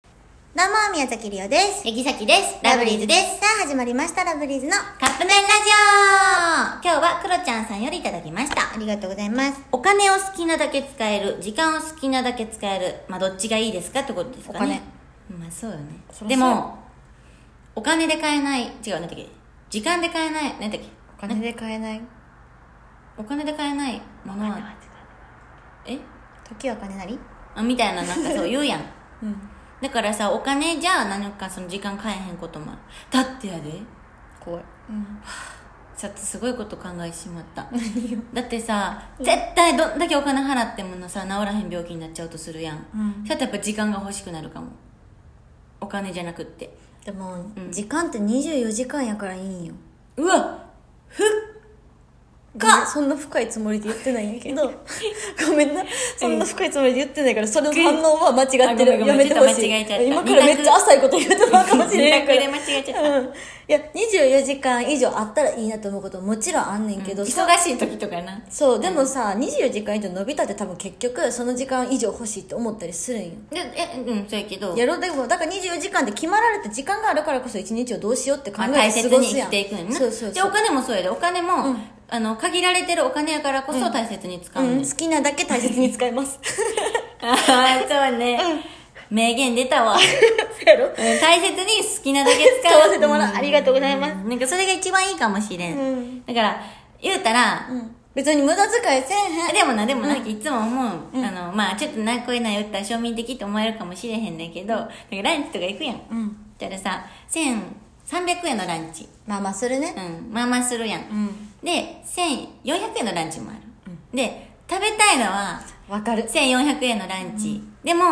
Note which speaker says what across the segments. Speaker 1: どうも、宮崎りおです。
Speaker 2: えぎさきです。ラブリーズです。。
Speaker 1: さあ、始まりました、ラブリーズの。あ
Speaker 2: カップ麺ラジオ今日はクロちゃんさんよりいただきました。
Speaker 1: りがとうございます。
Speaker 2: お金を好きなだけ使える、時間を好きなだけ使える、まあどっちがいいですかってことですかね。お金。まあそうよね。
Speaker 1: そりゃそう
Speaker 2: でも、お金で買えない、違う、なんだっけ、時間で買えない、なんだっけ、
Speaker 1: お金で買えない。
Speaker 2: お金で買えないものは、え
Speaker 1: 時は金なり
Speaker 2: あみたいな、なんかそう言うやん。
Speaker 1: うん。
Speaker 2: だからさ、お金じゃ何かその時間買えへんこともある。だってやで。
Speaker 1: 怖い。うん。
Speaker 2: ちょっとすごいこと考えてしまっただってさ絶対どんだけお金払ってものさ治らへん病気になっちゃうとするやん、
Speaker 1: うん
Speaker 2: ちょっとやっぱ時間が欲しくなるかもお金じゃなくって
Speaker 1: でも、
Speaker 2: うん
Speaker 1: 時間って24時間やからいいんよ。
Speaker 2: うわ
Speaker 1: かそんな深いつもりで言ってないんやけど。 ごめんな。そんな深いつもりで言ってないから、それの反応は間違って
Speaker 2: あごめん
Speaker 1: る。
Speaker 2: ごめん
Speaker 1: やめてほし
Speaker 2: ちょっと間違えちゃった
Speaker 1: い。今からめっちゃ浅いこと言うてまうかもしれないから。
Speaker 2: 二択で間違えちゃった
Speaker 1: うん。いや、24時間以上あったらいいなと思うことももちろんあんねんけど、
Speaker 2: 忙し
Speaker 1: そ
Speaker 2: い時とかな
Speaker 1: そう、でもさ、24時間以上伸びたって多分結局、その時間以上欲しいって思ったりするんよ。
Speaker 2: でえうんそうやけど
Speaker 1: やろう、でも、だから24時間で決まられた時間があるからこそ一日をどうしようって考
Speaker 2: ま
Speaker 1: え
Speaker 2: あ、
Speaker 1: て
Speaker 2: 大切
Speaker 1: 過ご
Speaker 2: に
Speaker 1: す
Speaker 2: 生
Speaker 1: や
Speaker 2: き
Speaker 1: ん。
Speaker 2: ていくねんな
Speaker 1: そうそう
Speaker 2: で
Speaker 1: そ
Speaker 2: お
Speaker 1: う。
Speaker 2: 金もそうやでお金も、あの限られてるお金やからこそ大切に使う
Speaker 1: う
Speaker 2: ねん、
Speaker 1: ん、好きなだけ大切に使います。
Speaker 2: ああそうね、名言出たわ
Speaker 1: やろ
Speaker 2: うん大切に好きなだけ使う
Speaker 1: 使わせてもらうありがとうございます
Speaker 2: んなんかそれが一番いいかもしれん、
Speaker 1: うん
Speaker 2: だから言うたら、
Speaker 1: 別に無駄遣いせえへん。
Speaker 2: でもなでもなんかいつも思う、あのまあちょっとなこういうの言ったら庶民的って思えるかもしれへんねんけど、だからランチとか行くやん、
Speaker 1: うん
Speaker 2: だからさ1300円のランチ、
Speaker 1: まあまあするね
Speaker 2: うん、まあまあするやん、
Speaker 1: ん
Speaker 2: で1400円のランチもある、で食べたいのは
Speaker 1: わかる
Speaker 2: 1400円のランチ、でも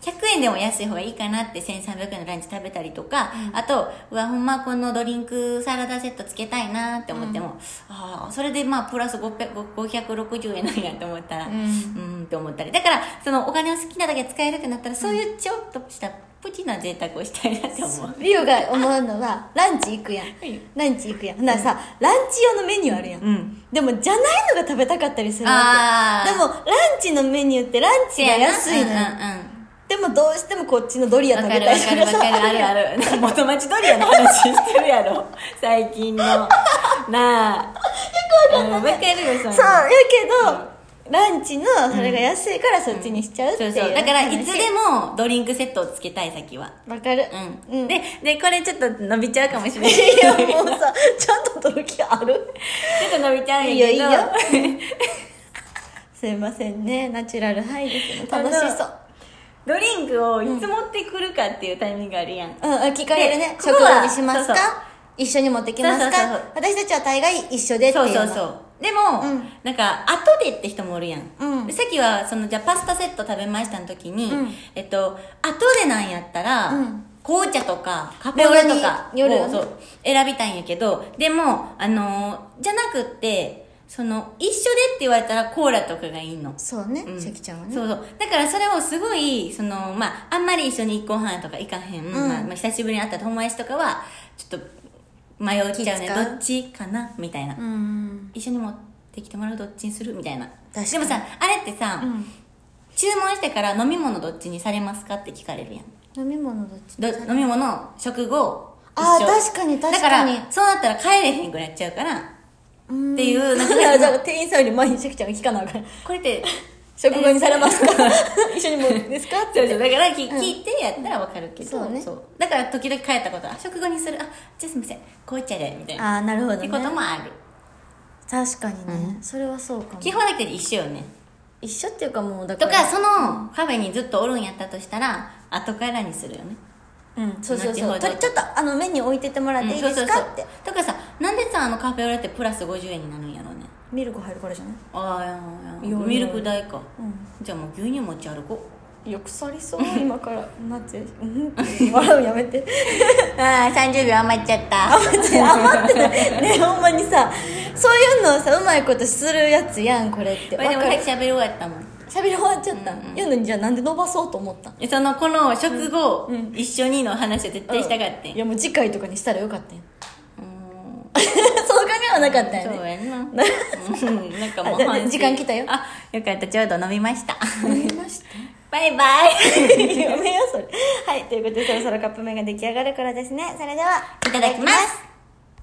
Speaker 2: 100円でも安い方がいいかなって1300円のランチ食べたりとか、あとうわほんまこのドリンクサラダセットつけたいなって思っても、ああそれでまあプラス500 560円なんやと思ったらうんーんって思ったりだからそのお金を好きなだけ使えるってなったらそういうちょっとしたプチな贅沢をしたいなって思う
Speaker 1: リオが思うのはランチ行くやん
Speaker 2: い
Speaker 1: ランチ行くやんほんならさランチ用のメニューあるやん、
Speaker 2: うん
Speaker 1: でもじゃないのが食べたかったりするわ
Speaker 2: あ
Speaker 1: けで
Speaker 2: ー
Speaker 1: もランチのメニューってランチが安いの
Speaker 2: うん
Speaker 1: よ、
Speaker 2: うんうん
Speaker 1: でもどうしてもこっちのドリア
Speaker 2: わ
Speaker 1: 食
Speaker 2: か
Speaker 1: べ
Speaker 2: る
Speaker 1: た
Speaker 2: わ
Speaker 1: い
Speaker 2: かる
Speaker 1: と
Speaker 2: わ
Speaker 1: か
Speaker 2: か
Speaker 1: さ
Speaker 2: るあるあるなんか 元町ドリアの 話してるやろ最近のなあうんわかるよそん
Speaker 1: そう
Speaker 2: な
Speaker 1: やけど、ランチのそれが安いからそっちにしちゃうってい
Speaker 2: そう
Speaker 1: う,、
Speaker 2: そうだからいつでもドリンクセットをつけたい先は
Speaker 1: わかる
Speaker 2: うん、
Speaker 1: で
Speaker 2: ででこれちょっと伸 びちゃうかもしれない
Speaker 1: い
Speaker 2: け
Speaker 1: や
Speaker 2: ど
Speaker 1: もうさちゃんと取る気ある
Speaker 2: ちょっと伸びちゃうんやけど
Speaker 1: いいよいいよすいませんねナチュラルハイですね楽しそう
Speaker 2: ドリンクをいつ持ってくるかっていうタイミングがあるやん、
Speaker 1: うん、聞かれるね
Speaker 2: で
Speaker 1: 食
Speaker 2: ここ
Speaker 1: 後
Speaker 2: は
Speaker 1: にしますか
Speaker 2: そうそう
Speaker 1: 一緒に持ってきますか
Speaker 2: そうそうそう
Speaker 1: 私たちは大概一緒でっていう
Speaker 2: そ
Speaker 1: の
Speaker 2: うそうそうでも、
Speaker 1: うん
Speaker 2: なんか後でって人もおるやん、
Speaker 1: うん
Speaker 2: でさっきはそのじゃあパスタセット食べましたの時に、
Speaker 1: うん
Speaker 2: えっと後でなんやったら、
Speaker 1: うん
Speaker 2: 紅茶とかカポエラとか
Speaker 1: 夜に夜
Speaker 2: をそう選びたいんやけどでもあのーじゃなくってその一緒でって言われたらコーラとかがいいの
Speaker 1: そうね
Speaker 2: うん
Speaker 1: シャキちゃんはね
Speaker 2: そうそうだからそれをすごいその、まあ、あんまり一緒に行こうはんとか行かへん、まあまあ、久しぶりに会った友達とかはちょっと迷っちゃうね
Speaker 1: 気
Speaker 2: ど
Speaker 1: 使う
Speaker 2: っちかなみたいな、
Speaker 1: うん
Speaker 2: 一緒に持ってきてもらうどっちにするみたいな
Speaker 1: 確かに
Speaker 2: でもさあれってさ、
Speaker 1: ん
Speaker 2: 注文してから飲み物どっちにされますかって聞かれるやん
Speaker 1: 飲み物どっち
Speaker 2: ど飲み物食後
Speaker 1: あー
Speaker 2: 一緒
Speaker 1: 確かに確
Speaker 2: だか
Speaker 1: かに
Speaker 2: らそうなったら帰れへんくなっちゃうから っていうなんか
Speaker 1: だからだから店員さんより前にシャキちゃんが聞かなあかん
Speaker 2: これって
Speaker 1: 食後にされますか一緒にもうですかっ
Speaker 2: そう
Speaker 1: て言
Speaker 2: そう
Speaker 1: っ
Speaker 2: だから聞,、聞いてやったら分かるけど
Speaker 1: そうね
Speaker 2: だから時々帰ったことは食後にするあじゃあすみません紅茶でみたい
Speaker 1: て
Speaker 2: な
Speaker 1: ああなるほど
Speaker 2: って
Speaker 1: ね
Speaker 2: こともある、
Speaker 1: 確かにねそれはそうかも
Speaker 2: 基本だけで一緒よね
Speaker 1: 一緒っていうかもうだか
Speaker 2: と
Speaker 1: ら
Speaker 2: かそのカフェにずっとおるんやったとしたら後からにするよね
Speaker 1: うんそうそう
Speaker 2: 後
Speaker 1: そ
Speaker 2: ほ
Speaker 1: う
Speaker 2: ど
Speaker 1: とちょっとあのメニュー置いててもらっていいですかって
Speaker 2: だからさなんでさあのカフェオレってプラス50円になるんやろうね
Speaker 1: ミルク入るからじゃない
Speaker 2: ああ
Speaker 1: いやいや
Speaker 2: ミルク代か、
Speaker 1: うん
Speaker 2: じゃあもう牛乳持ち歩こ
Speaker 1: いや腐り そう今からなってうんって笑うやめ て
Speaker 2: うああ30秒余っちゃった
Speaker 1: 余って ないねほんまにさそういうのをさうまいことするやつやんこれって
Speaker 2: まあでも
Speaker 1: わ
Speaker 2: さ
Speaker 1: かる
Speaker 2: っき喋り終わったもん
Speaker 1: 喋り終わっちゃった、言うのにじゃあなんで伸ばそうと思ったん
Speaker 2: そのこの食後、
Speaker 1: うん
Speaker 2: 一緒にの話を絶対したかってん、
Speaker 1: いやもう次回とかにしたらよかったん
Speaker 2: うん
Speaker 1: その考えはなかったよ
Speaker 2: そう
Speaker 1: ね
Speaker 2: やん なうんなんかもう
Speaker 1: あだ
Speaker 2: 反省
Speaker 1: 時間来たよ
Speaker 2: あよかったちょうど飲みました
Speaker 1: 思いました
Speaker 3: バイバイ
Speaker 2: やめようそれはいということでそろそろカップ麺が出来上がるからですねそれではい
Speaker 3: ただきます